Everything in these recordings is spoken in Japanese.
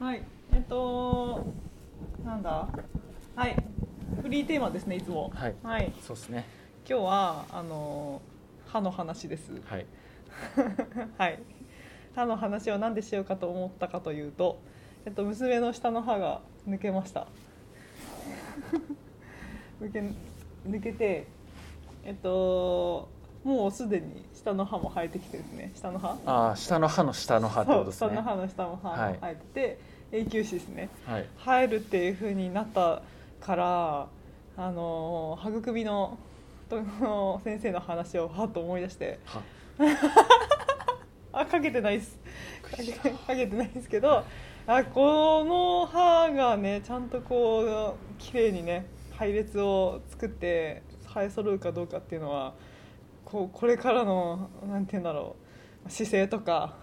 はい、えっと、なんだ、はい、フリーテーマですね、いつも。はいはい、そうですね今日は、あの、歯の話です。はい はい、歯の話を何でしようかと思ったかというと、えっと、娘の下の歯が抜けました。 抜け、抜けて、えっと、もうすでに下の歯も生えてきてですね、下の歯。ああ下の歯の下の歯ってことですそうね下の歯の下の歯も生えてて、永久歯ですね。はい入るっていう風になったからあのー歯組のと の先生の話をはっと思い出してはあかけてないですかけかけてないですけどあこの歯がねちゃんとこう綺麗にね配列を作って生え揃うかどうかっていうのはこうこれからのなんて言うんだろう姿勢とか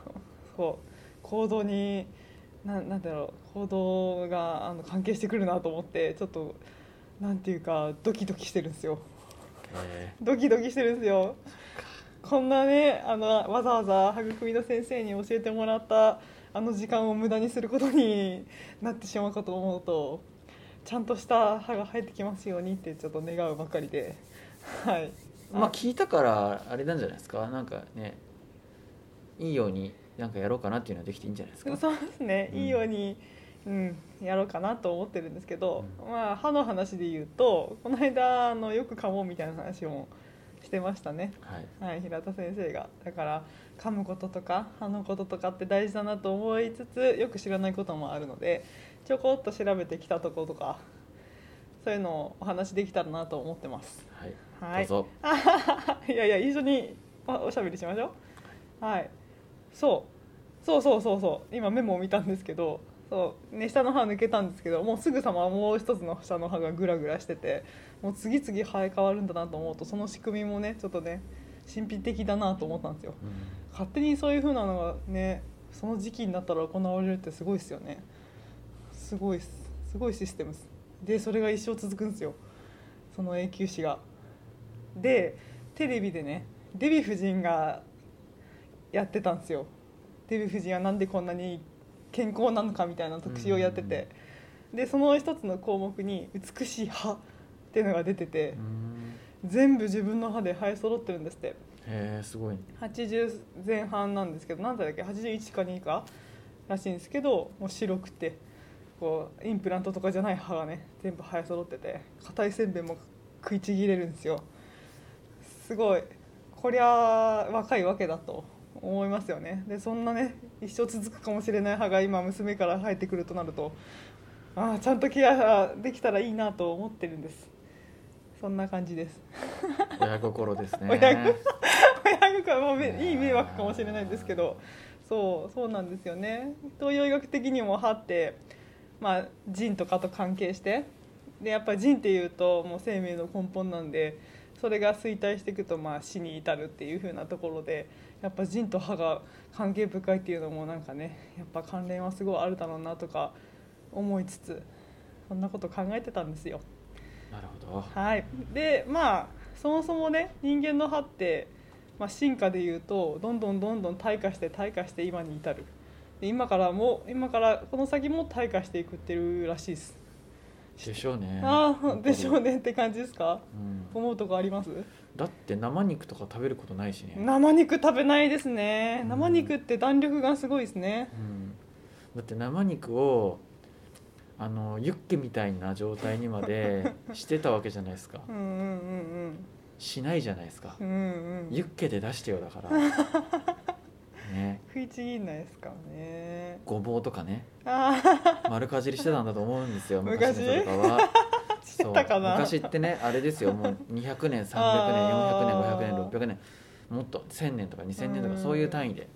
こう行動になんなんて言うんだろう行動があの関係してくるなと思ってちょっとなんていうかドキドキしてるんですよ。えドキドキしてるんですよこんなねあのわざわざ歯組の先生に教えてもらったあの時間を無駄にすることに なってしまうかと思うとちゃんとした歯が生えてきますようにってちょっと願うばかりではいーまあ聞いたからあれなんじゃないですかなんかねいいようになんかやろうかなっていうのはできていいんじゃないですかそうですね、うんいいように、うん、やろうかなと思ってるんですけど、まあ歯の話で言うとこの間あのよく噛もうみたいな話もしてましたねはいはい、平田先生がだから噛むこととか歯のこととかって大事だなと思いつつよく知らないこともあるのでちょこっと調べてきたとことかそういうのをお話できたらなと思ってます はい、はいどうぞいやいや一緒におおしゃべりしましょう、はい、そうそうそうそうそう今メモを見たんですけどそう、ね、下の歯抜けたんですけどもうすぐさまもう一つの下の歯がグラグラしててもう次々生え変わるんだなと思うとその仕組みもねちょっとね神秘的だなと思ったんですようん勝手にそういう風なのがねその時期になったら行われるってすごいですよねすごいっすすごいシステムっすでそれが一生続くんですよその永久歯がでテレビでねデヴィ夫人がやってたんですよデヴィ夫人はなんでこんなに健康なのかみたいな特集をやっててでその一つの項目に「美しい歯」っていうのが出ててうん全部自分の歯で生え揃ってるんですってへえすごいね80前半なんですけど何だっけ81か2からしいんですけどもう白くてこうインプラントとかじゃない歯がね全部生え揃ってて硬いせんべいも食いちぎれるんですよすごいこりゃ若いわけだと思いますよねでそんなね一生続くかもしれない歯が今娘から生えてくるとなるとああちゃんとケアできたらいいなと思ってるんですそんな感じです親心ですね 親心親心もめねえいい迷惑かもしれないですけどそうそうなんですよね東洋医学的にも歯って、まあ、腎とかと関係してでやっぱり腎っていうともう生命の根本なんでそれが衰退していくとまあ死に至るっていう風なところでやっぱ腎と歯が関係深いっていうのもなんかねやっぱ関連はすごいあるだろうなとか思いつつそんなこと考えてたんですよ。なるほどはい、でまあそもそもね人間の歯って、まあ、進化でいうとどんどんどんどん退化して退化して今に至るで今からも今からこの先も退化していくってるらしいです、でしょうねああでしょう、ねって感じですかうん、思うとこありますだって生肉とか食べることないしね生肉食べないですねうん生肉って弾力がすごいですねうんだって生肉をあのユッケみたいな状態にま でしてたわけじゃないですかうんうんうんしないじゃないですかうんうんうユんッケで出してよだ からね食いちぎんないですからねごぼうとかねああ丸かじりしてたんだと思うんですよ昔昔の人とかは 知そっうたかな昔ってねあれですよもう200年300年あ400ー年500年600年もっと1000年とか2000年とうかんそういう単位で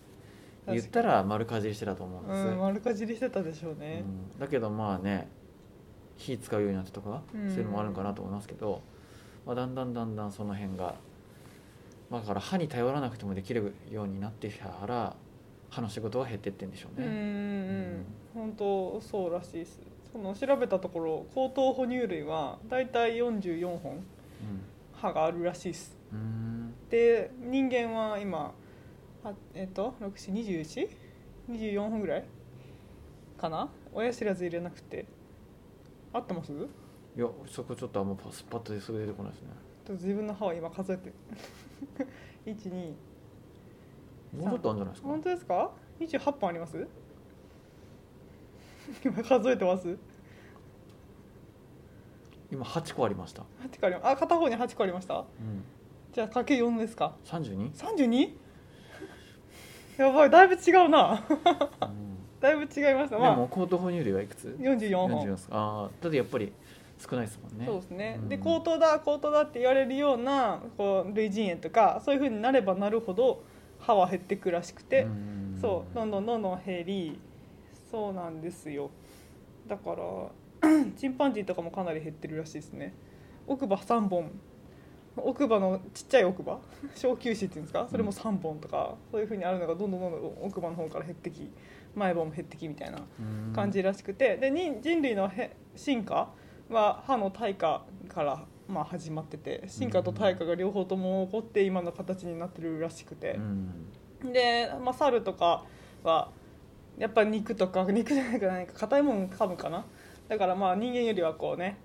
言ったら丸かじりしてたと思うんです、うん丸かじりしてたでしょうね、うんだけどまあね火使うようになってとか、うんそういうのもあるのかなと思いますけど、まあ、だんだんだんだんその辺が、まあ、だから歯に頼らなくてもできるようになってきたから歯の仕事は減ってってんでしょううんうんね。うん本当そうらしいですその調べたところ高等哺乳類はだいたい44本歯があるらしいですうんうんで人間は今はえっと6 4 2 1 2 4本ぐらいかな親知らず入れなくて合ってますちょいやそこちょっとあんまパスパッとですぐ出てこないですねっと自分の歯は今数えて 12もうちょっとあるんじゃないですか本当ですか28本あります今数えてます今8個ありました、 8個ありまあ片方に8個ありましたうん、じゃあかけ4ですか 32? 32? やばいだいぶ違うな うんだいぶ違いましでたまあも高等哺乳類はいくつ44本44ですかああだってやっぱり少ないですもんねそうですね、うんで口頭だ口頭だって言われるようなこう類人猿とかそういうふうになればなるほど歯は減ってくらしくて、んそうどんどんどんどん減りそうなんですよだから チンパンジーとかもかなり減ってるらしいですね奥歯3本奥歯のちっちゃい奥歯 小臼歯っていうんですかそれも3本とか、そういうふうにあるのがどんどんどんどん奥歯の方から減ってき前歯も減ってきみたいなうん感じらしくてで人人類のへ進化は歯の退化から、まあ、始まってて進化と退化が両方とも起こって今の形になってるらしくてう、んで、まあ、猿とかはやっぱ肉とか肉じゃなくないか硬いもの噛むかなだからまあ人間よりはこうね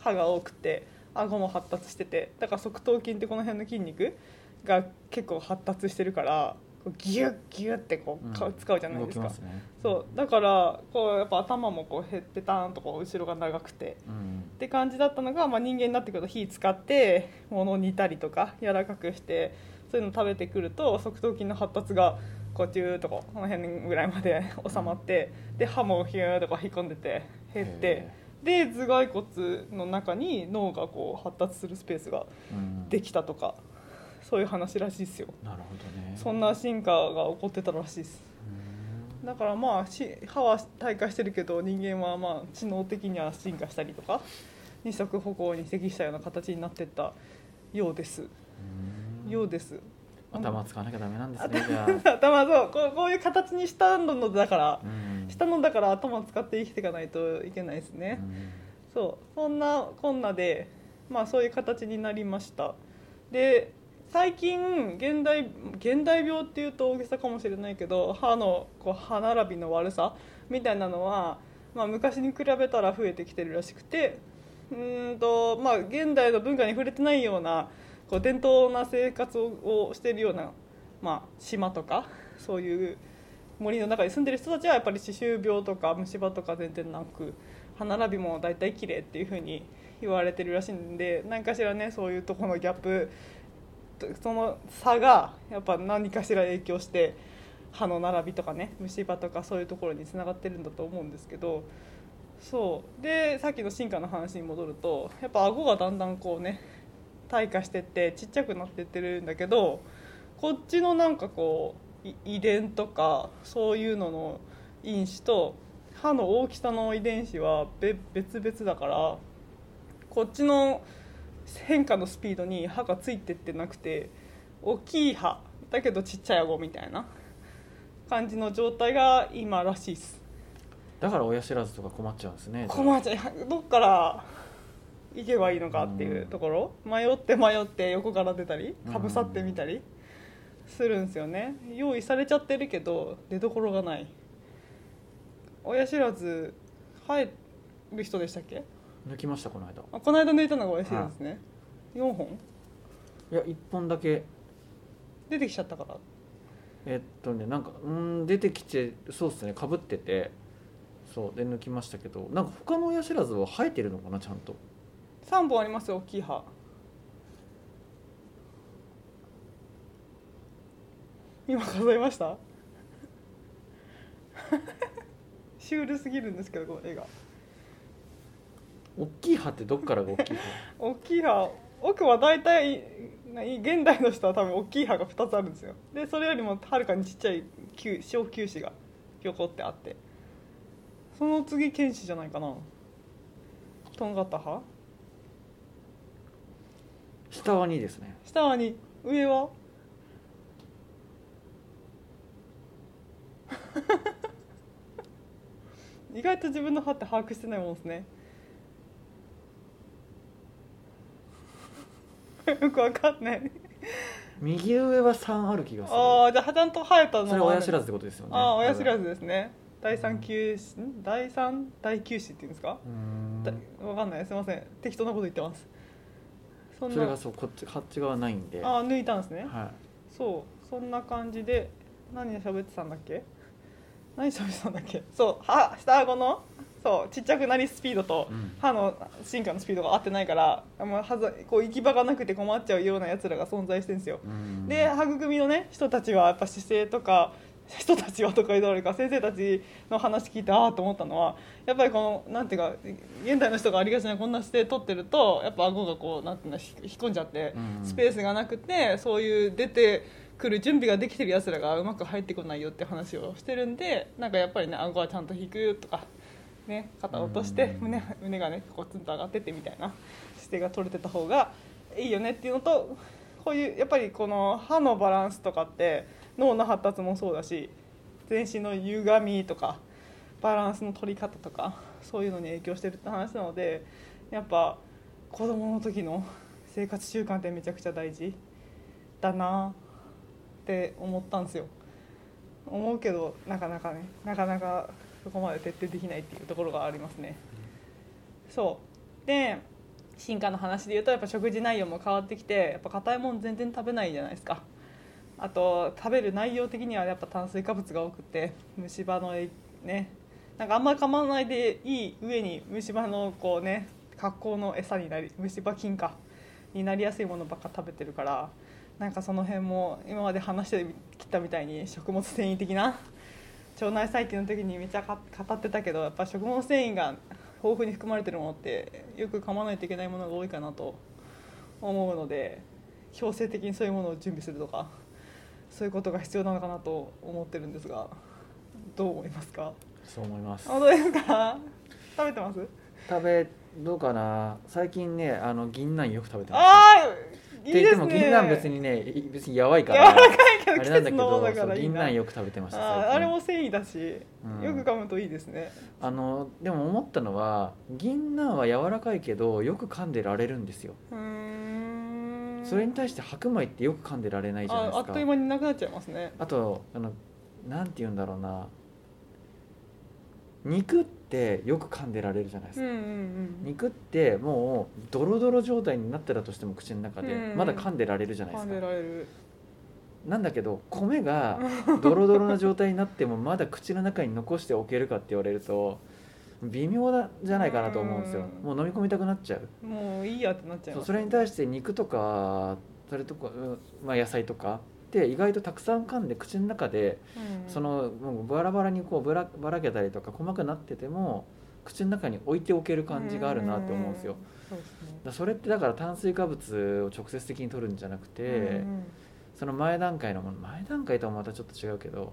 歯が多くて顎も発達しててだから側頭筋ってこの辺の筋肉が結構発達してるからこうギュッギュッってこうか使うじゃないですか。動きますねそうだからこうやっぱ頭もこうへってたんとこう後ろが長くてうんって感じだったのが、まあ、人間になってくると火使って物を煮たりとか柔らかくしてそういうの食べてくると側頭筋の発達がこうチューッとこうこの辺ぐらいまで収まってで歯もヒューッとこう引っ込んでて減ってへで頭蓋骨の中に脳がこう発達するスペースがえうんできたとかそういう話らしいですよなるほどねそんな進化が起こってたらしいですうんだからまあし歯は退化してるけど人間はまあ知能的には進化したりとか二足歩行に適したような形になってったようです、うんようです頭使わなきゃダメなんですねじゃ 頭そうこうこういう形にしたのだからあうんしたのだから頭使って生きていかないといけないですね、うんそうそんなこんなでまあそういう形になりましたで最近現代現代病っていうと大げさかもしれないけど歯のこう歯並びの悪さみたいなのは、まあ、昔に比べたら増えてきてるらしくてうーんとまあ現代の文化に触れてないようなこう伝統な生活ををしているような、まあ、島とかそういう森の中に住んでる人たちはやっぱり歯周病とか虫歯とか全然なく歯並びも大体綺麗っていう風に言われてるらしいんで何かしらねそういうとこのギャップとその差がやっぱ何かしら影響して歯の並びとかね虫歯とかそういうところにつながってるんだと思うんですけどそうでさっきの進化の話に戻るとやっぱ顎がだんだんこうね退化してってちっちゃくなってってるんだけどこっちのなんかこうい遺伝とかそういうのの因子と歯の大きさの遺伝子はべ別々だからこっちの変化のスピードに歯がついてってなくて大きい歯だけどちっちゃい顎みたいな感じの状態が今らしいですだから親知らずとか困っちゃうんですねじゃあ困っちゃうどっから行けばいいのかっていうところ迷って迷って横から出たりうんかぶさってみたりするんですよね用意されちゃってるけど出どころがない親知らず生える人でしたっけ抜きましたこの間あこの間抜いたのが親知らずですね4本いや1本だけ出てきちゃったからえっとねなんかうん出てきてそうですねかぶっててそうで抜きましたけどなんか他の親知らずは生えてるのかなちゃんと3本ありますよ大きい歯今数えました シュールすぎるんですけどこの絵が大きい歯ってどっからが大きい歯 大きい歯奥は大体ない現代の人は多分大きい歯が2つあるんですよでそれよりもはるかにちっちゃい臼小臼歯がぴょこってあってその次犬歯じゃないかなとんがった歯下は2ですね下はに上は 意外と自分の歯って把握してないもんですね よくわかんない右上は3ある気がするああじゃあちゃんと生えたのそれは親知らずずってことですよねああ親知らずですね第3級ん第3第9子っていうんですかうーんだわかんないすいません適当なこと言ってますそんそれながそうこっちこっち側ないんでああ抜いたんですねはそうそんな感じで何喋ってたんだっけ何喋ってたんだっけそう歯下顎のそうちっちゃくなりスピードとい、うん歯の進化のスピードが合ってないからあんまはざこう行き場がなくて困っちゃうようなやつらが存在してるんですようんで育みのね人たちはやっぱ姿勢とか 人たちはとか言われるか先生たちの話聞いてああと思ったのはやっぱりこのなんていうか現代の人がありがちなこんな姿勢取ってるとやっぱ顎がこうなんていうのひ引っ込んじゃってうんスペースがなくてそういう出てくる準備ができてるやつらがうまく入ってこないよって話をしてるんでなんかやっぱりね顎はちゃんと引くとか。ね、肩を落としてうん胸胸がねこうツンと上がってってみたいな姿勢が取れてた方がいいよねっていうのとこういうやっぱりこの歯のバランスとかって脳の発達もそうだし全身の歪みとかバランスの取り方とかそういうのに影響してるって話なのでやっぱ子どもの時の生活習慣ってめちゃくちゃ大事だなって思ったんですよ思うけどなかなかねなかなかそこまで徹底できないっていうところがありますねそうで進化の話で言うとやっぱ食事内容も変わってきてやっぱ硬いもん全然食べないじゃないですかあと食べる内容的にはやっぱ炭水化物が多くて虫歯のえねなんかあんまり噛まないでいい上に虫歯のこうね格好の餌になり虫歯菌かになりやすいものばっか食べてるからなんかその辺も今まで話してきたみたいに食物繊維的な 腸内細菌の時にめっちゃか語ってたけどやっぱ食物繊維が豊富に含まれてるものってよく噛まないといけないものが多いかなと思うので強制的にそういうものを準備するとかそういうことが必要なのかなと思ってるんですがどう思いますかそう思います本当ですか 食べてます食べどうかな最近ねあの銀杏よく食べてますああいいででですもね銀杏別にねい別にやわいから柔らかいけあどれ季なんだけ節のもどのだからそういい銀な杏よく食べてました最あ近ーあれも繊維だし、うんよく噛むといいですねあのでも思ったのは銀杏は柔らかいけどよく噛んでられるんですようーんそれに対して白米ってよく噛んでられないじゃないあですあかっという間になくなっちゃいますねあとあのなんて言うんだろうな肉ってよく噛んでられるじゃないですうんか、うんうん肉ってもうドロドロ状態になってたとしても口の中でうんまだ噛んでられるじゃないで噛すんか、でられるなんだけど米 がドロドロな状態になってもまだ口の中に残しておけるかって言われると微妙なんじゃないかなと思うんですようんもう飲み込みたくなっちゃうもういいやってなっちゃいそうますそれに対して肉とかそれとか、うんまあ、野菜とかって意外とたくさん噛んで口の中でうんそのもうバラバラにこうばらばらけたりとか細くなってても口の中に置いておける感じがあるなって思うんですよ。そうですだねからそれってだから炭水化物を直接的に取るんじゃなくてうんうんその前段階のもの前段階とはまたちょっと違うけど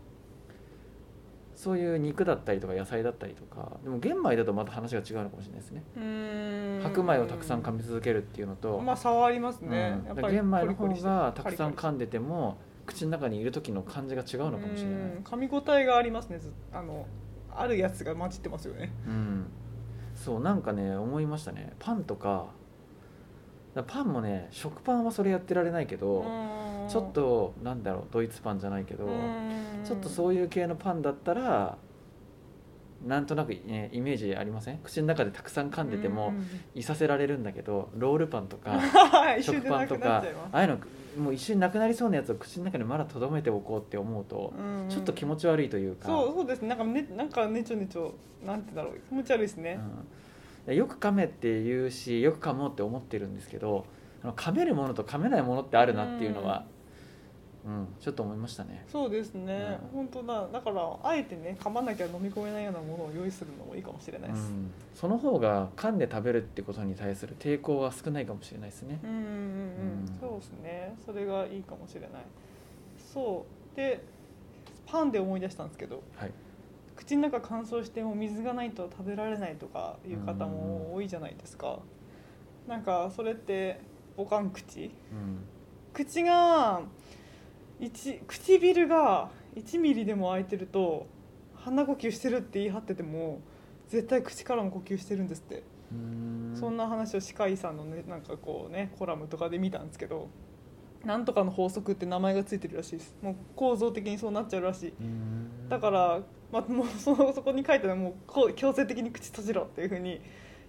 そういう肉だったりとか野菜だったりとかでも玄米だとまた話が違うのかもしれないですねうーん白米をたくさん噛み続けるっていうのと、まあ差はありますうんね、やだっからぱり玄米のコ方リコリしてがたくさんコリコリして噛んでても口の中にいる時の感じが違うのかもしれない。うん噛み応えがありますねずあのあるやつが混じってますよねうん、そうなんかね思いましたねパンとかだからパンもね食パンはそれやってられないけど、ちょっとなんだろうドイツパンじゃないけど、ちょっとうそういう系のパンだったらなんとなく、ね、イメージありません口の中でたくさん噛んでても、 いさせられるんだけどロールパンと か食食パパンンととかかああいうのもう一瞬なくなりそうなやつを口の中にまだとどめておこうって思うと、ちょっと気持ち持ち悪いというか。そうそうですねなんかねなんかねちょねちょなんて言うんだろう気持ち悪いですね、うん、よく噛めって言うしよく噛もうって思ってるんですけどあの噛めるものと噛めないものってあるなっていうのは、うんちょっと思いましたねそうですね、う本当だだからあえてね噛まなきゃ飲み込めないようなものを用意するのもいいかもしれないです、うん、その方が噛んで食べるってことに対する抵抗は少ないかもしれないですねうんうんうんううんん、そうですねそれがいいかもしれないそうでパンで思い出したんですけどはい口の中乾燥しても水がないと食べられないとかいう方も多いじゃないですかなんかそれっておかんう口ん口が一唇が1ミリでも開いてると鼻呼吸してるって言い張ってても絶対口からも呼吸してるんですってうんそんな話を歯科医さんのねなんかこうねコラムとかで見たんですけどなんとかの法則って名前がついてるらしいですもう構造的にそうなっちゃうらしいうんだからまあ、もう そのそこに書いてあるもうこう強制的に口閉じろっていうふうに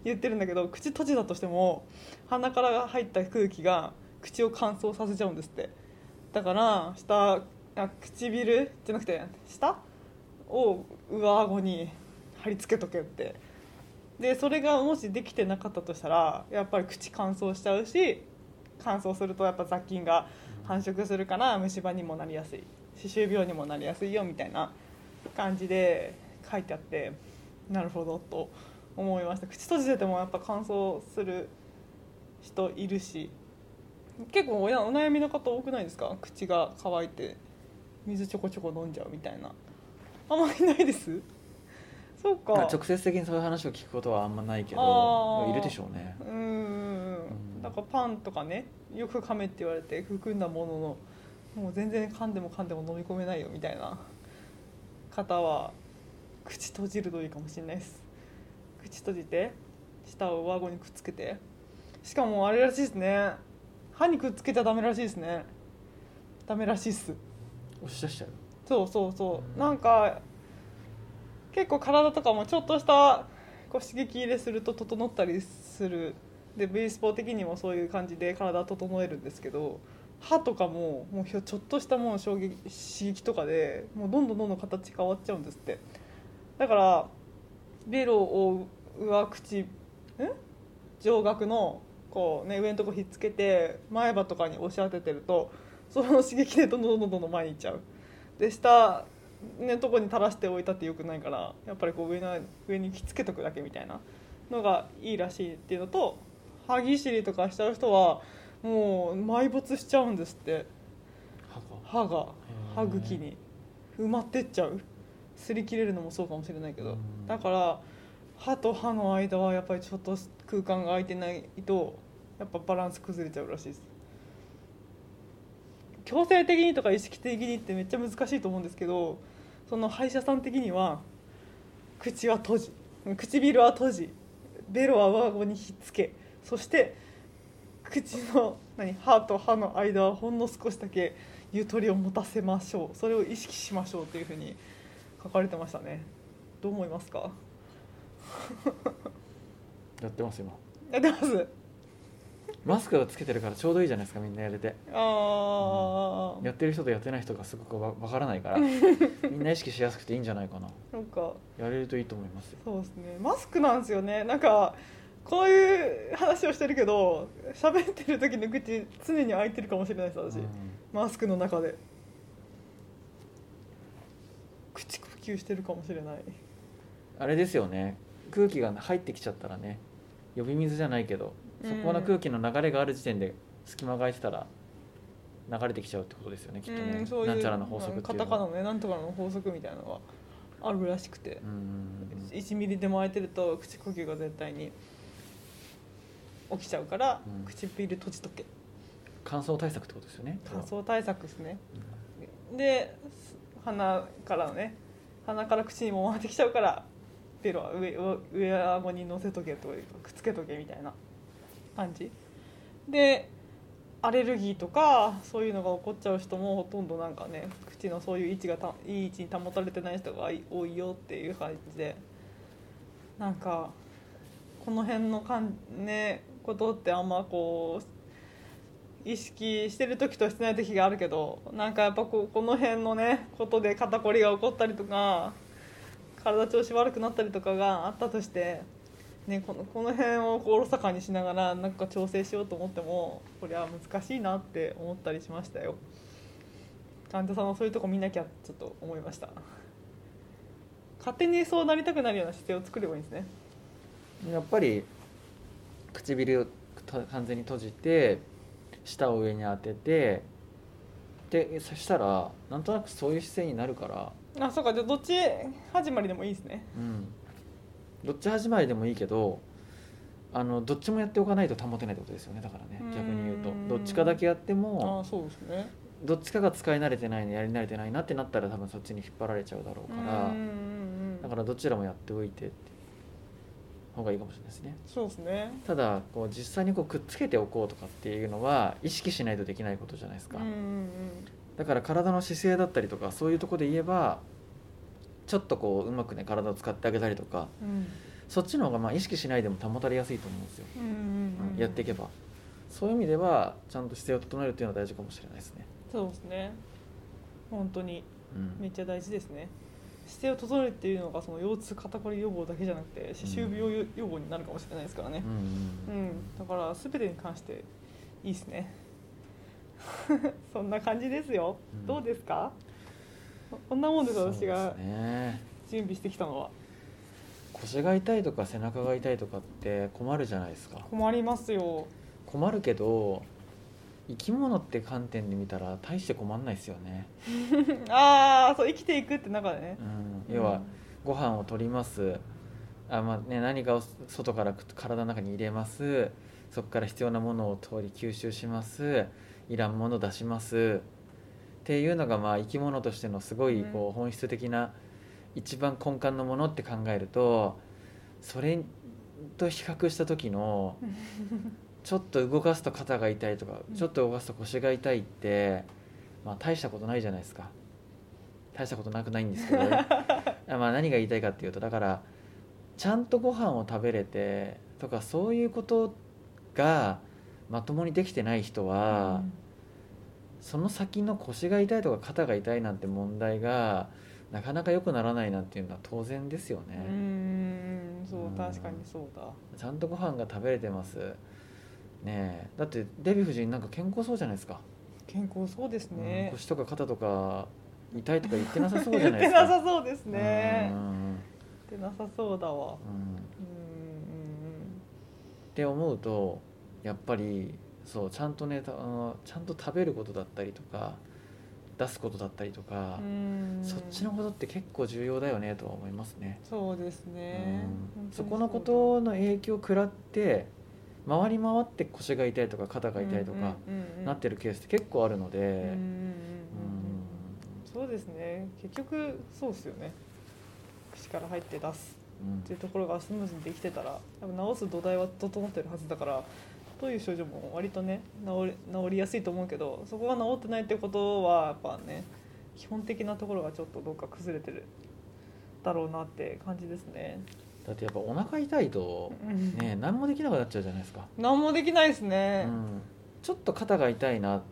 言ってるんだけど口閉じたとしても鼻から入った空気が口を乾燥させちゃうんですってだから下あ唇じゃなくて下を上顎に貼り付けとけってでそれがもしできてなかったとしたらやっぱり口乾燥しちゃうし乾燥するとやっぱ雑菌が繁殖するから虫歯にもなりやすい歯周病にもなりやすいよみたいな感じで書いてあってなるほどと思いました口閉じててもやっぱ乾燥する人いるし結構おやお悩みの方多くないですか口が乾いて水ちょこちょこ飲んじゃうみたいなあんまりないです そうかまあ直接的にそういう話を聞くことはあんまないけあどーいるでしょうねうーんうんなんかパンとかねよく噛めって言われて含んだもののもう全然噛んでも噛んでも飲み込めないよみたいな方は口閉じるといいかもしれないです口閉じて舌を上顎にくっつけてしかもあれらしいですね歯にくっつけちゃダメらしいですねダメらしいっす押し出しちゃうそうそうそう、うんなんか結構体とかもちょっとしたこう刺激入れすると整ったりするで V スポ的にもそういう感じで体整えるんですけど歯とかももうひょちょっとしたもう衝撃刺激とかでもうどんどんどんどん形変わっちゃうんですってだからベロを上口ん上顎のこうね上のとこひっつけて前歯とかに押し当ててるとその刺激でどんどんどんどんどん前に行っちゃうで下ねとこに垂らしておいたってよくないからやっぱりこう上の上にきつけとくだけみたいなのがいいらしいっていうのと歯ぎしりとかしちゃう人はもう埋没しちゃうんですって歯が歯がへー歯茎に埋まってっちゃう擦り切れるのもそうかもしれないけうどんだから歯と歯の間はやっぱりちょっと空間が空いてないとやっぱバランス崩れちゃうらしいです強制的にとか意識的にってめっちゃ難しいと思うんですけどその歯医者さん的には口は閉じ唇は閉じベロは上顎にひっつけそして口の何歯と歯の間はほんの少しだけゆとりを持たせましょうそれを意識しましょうというふうに書かれてましたねどう思いますかやってます今やってますマスクをつけてるからちょうどいいじゃないですかみんなやれてああ、やってる人とやってない人がすごくわわからない からみんな意識しやすくていいんじゃないかななんかやれるといいと思いますよそうですねマスクなんですよねなんかこういう話をしてるけど喋ってる時の口常に開いてるかもしれないです私、うんマスクの中で口呼吸してるかもしれないあれですよね空気が入ってきちゃったらね呼び水じゃないけどそこの空気の流れがある時点で隙間が空いてたら流れてきちゃうってことですよねきっとねうんそういうなんちゃらの法則ってカいうタのカナはのねなんとかの法則みたいなのがあるらしくてう、ん1ミリでも空いてると口呼吸が絶対に起きちゃうから、うん唇閉じとけ乾燥対策ってことですよね乾燥対策ですねで鼻からね鼻から口にも回ってきちゃうからベロは上上上顎に乗せとけというかくっつけとけみたいな感じでアレルギーとかそういうのが起こっちゃう人もほとんどなんかね口のそういう位置がたいい位置に保たれてない人が多いよっていう感じでなんかこの辺のかん、ね、ことってあんまこう意識してる時としてない時があるけどなんかやっぱこうこの辺のねことで肩こりが起こったりとか体調子悪くなったりとかがあったとして、ね、このこの辺をこうおろそかにしながらなんか調整しようと思ってもこれは難しいなって思ったりしましたよ患者さんはそういうとこ見なきゃってちょっと思いました勝手にそうなりたくなるような姿勢を作ればいいんですねやっぱり唇をと完全に閉じて舌を上に当ててでそしたらなんとなくそういう姿勢になるから、あそうかじゃあどっち始まりでもいいですねうん、どっち始まりでもいいけどあのどっちもやっておかないと保てないってことですよねだからねうん逆に言うとどっちかだけやってあもそうですねどっちかが使い慣れてないのやり慣れてないなってなったら多分そっちに引っ張られちゃうだろうからうんうんうんだからどちらもやっておいてって方がいいかもしれないですね。そうですねただこう実際にこうくっつけておこうとかっていうのは意識しないとできないことじゃないですうか、んうんうんだから体の姿勢だったりとかそういうとこで言えばちょっとこううまくね体を使ってあげたりとかうんそっちの方がまあ意識しないでも保たれやすいと思うんですよ、うんうんうんやっていけばそういう意味ではちゃんと姿勢を整えるっていうのは大事かもしれないですね、そうですね本当にうんめっちゃ大事ですね姿勢を整えるっていうのがその腰痛肩こり予防だけじゃなくて歯周病予予防になるかもしれないですからねうんう、うんんだから全てに関していいですね そんな感じですよ、うんどうですかここんなもんですそう私がですね準備してきたのは腰が痛いとか背中が痛いとかって困るじゃないですか困りますよ困るけど生き物って観点で見たら大して困んないですよね、ああそう生きていくって中でねうん、要はご飯を取りますあ、まあね、何かを外からく体の中に入れますそこから必要なものを通り吸収しますいらんもの出しますっていうのがまあ生き物としてのすごいこうんう本質的な一番根幹のものって考えるとそれと比較した時 のうんちょっと動かすと肩が痛いとか、うんちょっと動かすと腰が痛いって、まあ、大したことないじゃないですか大したことなくないんですけど、ね、あまあ何が言いたいかっていうとだからちゃんとご飯を食べれてとかそういうことがまともにできてない人は、その先の腰が痛いとか肩が痛いなんて問題がなかなか良くならないなんていうのは当然ですようね。んうんそううん確かにそうだちゃんとご飯が食べれてますねえだってデヴィ夫人なんか健康そうじゃないですか、健康そうですうんね、腰とか肩とか痛いとか言ってなさそうじ言ゃっないでてすかなさそうですねうんうん言ってなさそうだわうんうんっうんうんて思うとやっぱりそうちゃんとねたあのちゃんと食べることだったりとか出すことだったりとかう、んうんそっちのことって結構重要だよねとは思いますね、そうですねう本当にん、そそうだこのことの影響を食らって回り回って腰が痛いとか肩が痛いとか、うんうんうんうんなってるケースって結構あるので、うんうんうんうんうんそうですね結局そうですよね口から入って出すうんっていうところがスムーズにできてたら多分治す土台は整ってるはずだからどういう症状も割とね治り治りやすいと思うけどそこが治ってないってことはやっぱね基本的なところがちょっとどっか崩れてるだろうなって感じですね。だってやっぱお腹痛いと、ね、何もできなくなっちゃうじゃないですか、何もできないですうね。ん、ちょっと肩が痛いなっ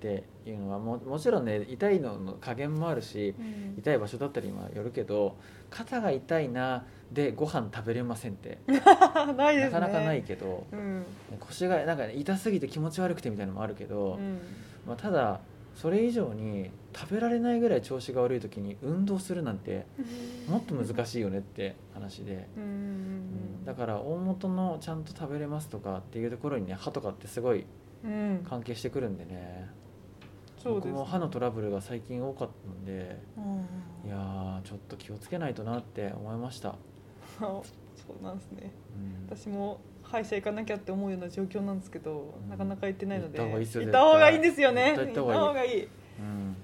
ていうのはももちろんね痛いのの加減もあるしうん痛い場所だったりもよるけど肩が痛いなでご飯食べれませんって、 ないなですね。かなかないけどうん。腰がなんか、ね、痛すぎて気持ち悪くてみたいなのもあるけど、うんまあ、ただそれ以上に食べられないぐらい調子が悪い時に運動するなんてもっと難しいよねって話で、うんうんうんだから大元のちゃんと食べれますとかっていうところにね歯とかってすごいうん、関係してくるんでねそう僕ですも歯のトラブルが最近多かったんでうんいやーちょっと気をつけないとなって思いました、あそうなんですねうん私も歯医者行かなきゃって思うような状況なんですけど、うんなかなか行ってないので行った方がいいですよ行った方がいいんですよね絶対行った行方った方ががいい行うんっ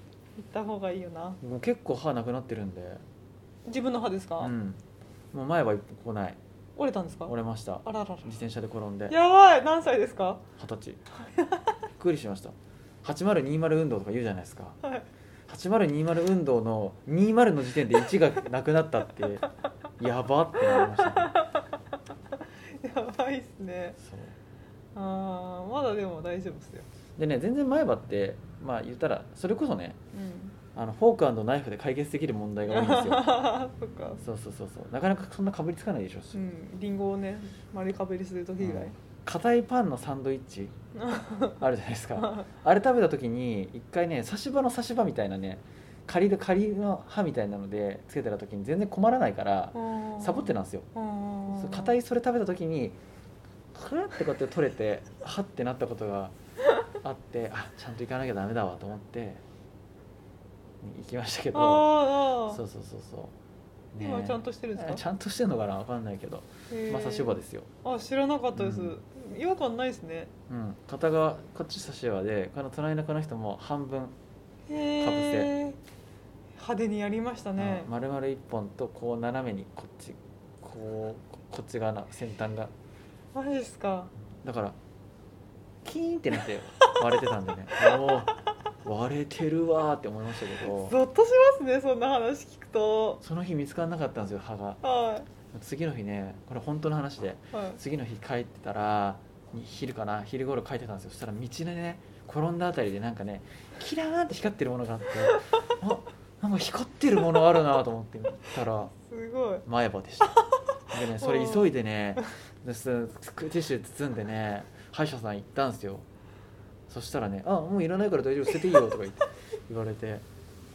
た方がいいよなもう結構歯なくなってるんで、自分の歯ですか、うん、もう前は来ない折れたんですか折れましたあららら自転車で転んでやばい何歳ですか二十歳びっくりしました8020運動とか言うじゃないですかはい8020運動の20の時点で1がなくなったって やばってなりました、ね、やばいっすねそうあーまだでも大丈夫っすよ、でね全然前歯ってまあ言ったらそれこそねうん、あのフォークナイフで解決できる問題が多いんですよ そっかそうそうそうそうなかなかそんなかぶりつかないでしょうんリンゴをね丸かぶりする時う以ん外、硬いパンのサンドイッチあるじゃないですかあれ食べた時に一回ね差し歯の差し歯みたいなね仮で仮の歯みたいなのでつけてた時に全然困らないからうんサボってなんですようんそう硬いそれ食べた時にクルってこうやって取れてはってなったことがあってあちゃんと行かなきゃダメだわと思って行きましたけどあーあーそうそうそうそう、今ちゃんとしてるんですかちゃんとしてんのかなわかんないけどへーまあ差し歯ですよ、あ知らなかったです、うん違和感ないですねうん、片側こっち差し歯でこの隣のこの人も半分、へえ派手にやりましたねうん丸々1本とこう斜めにこっちこうこっち側な先端がマジですかだからキーンってなって割れてたんでねお割れてるわーって思いましたけどゾッとしますねそんな話聞くとその日見つからなかったんですよ歯がは次の日ねこれ本当の話でいはい次の日帰ってたらに昼かな昼頃帰ってたんですよそしたら道でね転んだあたりでなんかねキラーンって光ってるものが あってあなんか光ってるものあるなと思って見たらすごい前歯でした でねそれ急いでねですティッシュ包んでね歯医者さん行ったんですよそしたらね「あもういらないから大丈夫捨てていいよ」とか言って言われてよく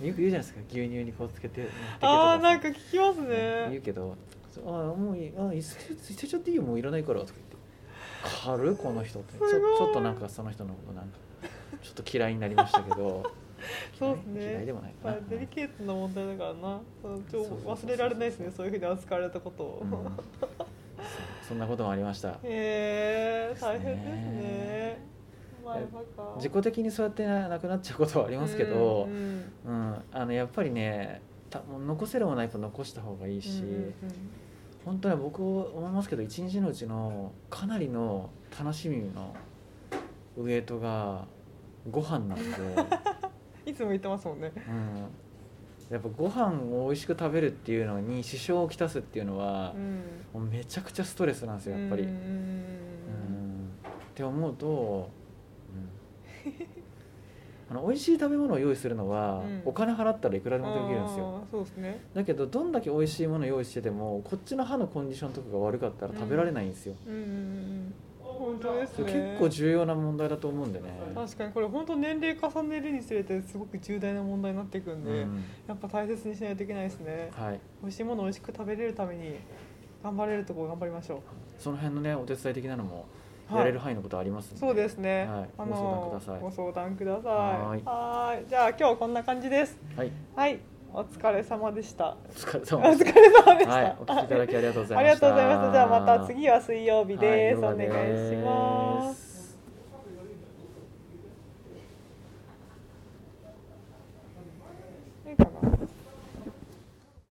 言うじゃないですか牛乳にこうつけて持ってけとあさあなんか聞きますうん言ねうけど「そうあもういいあい捨て捨てちゃっていいよもういらないから」とか言って「軽いこの人」ってちょすごいちょっとなんかその人のことなんかちょっと嫌いになりましたけ どそうですね嫌い嫌いでもないかまな、あデリケートな問題だからなそのちそょうそうそうそう忘れられないですねそういうふうに扱われたことを、うんそうそんなこともありましたへえ大変ですですねね前歯か自己的にそうやってななくなっちゃうことはありますけど、うんううんんあのやっぱりねたもう残せるもないと残した方がいいし、うんうん本当に僕思いますけど一日のうちのかなりの楽しみのウエイトがご飯なんで、うんいつも言ってますもんねうん、やっぱご飯を美味しく食べるっていうのに支障をきたすっていうのはう、んもうめちゃくちゃストレスなんですよやっぱり。うんうんうんって思うと、 うんあの美味しい食べ物を用意するのは、うんお金払ったらいくらうでんもできるんですよあーそうですねだけどどんだけ美味しいものを用意しててもこっちの歯のコンディションとかが悪かったら食べられないんですよ、うんうんうん本当ですそれね結構重要な問題だと思うんでね、確かにこれ本当年齢重ねるにつれてすごく重大な問題になっていくんうで、ん、やっぱ大切にしないといけないですねはい美味しいものを美味しく食べれるために頑張れるところ頑張りましょその辺のねお手伝い的なのもう、はい、やれる範囲のことありますんそうですね、はいあご相談くださいご相談くださいはーいはーいじゃあ今日はこんな感じですはいはいお疲れ様で したお疲れお様で疲すれ 様でした、はいお聞きいただきありがとうございましたありがとうございましたじゃあまた次は水曜日です、はいお願いしますす